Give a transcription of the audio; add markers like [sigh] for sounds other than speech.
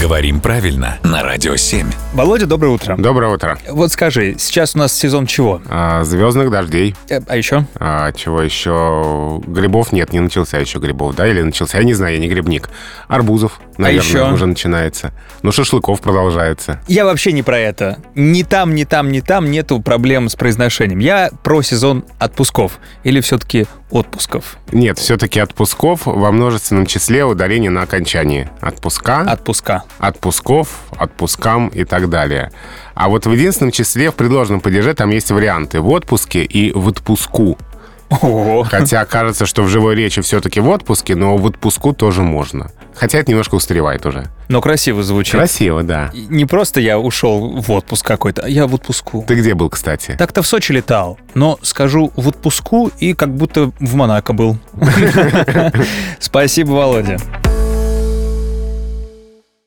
Говорим правильно на Радио 7. Володя, доброе утро. Доброе утро. Вот скажи, сейчас у нас сезон чего? А, Звездных дождей. Э, А еще? А, чего еще? Грибов нет, не начался еще грибов, да? Или начался? Я не знаю, я не грибник. Арбузов, наверное, еще? уже начинается. Ну, шашлыков продолжается. Я вообще не про это. Ни там, ни там, ни там нету проблем с произношением. Я про сезон отпусков. Или все-таки отпусков. Нет, все-таки отпусков во множественном числе ударение на окончании. Отпуска, Отпуска. отпусков, отпускам и так далее. А вот в единственном числе в предложенном падеже там есть варианты в отпуске и в [laughs] отпуску. Ого. Хотя кажется, что в живой речи все-таки в отпуске, но в отпуску тоже можно. Хотя это немножко устаревает уже. Но красиво звучит. Красиво, да. И Не просто я ушел в отпуск какой-то, а я в отпуску. Ты где был, кстати? Так-то в Сочи летал, но скажу в [laughs] отпуску и как будто в Монако был. Спасибо, Володя.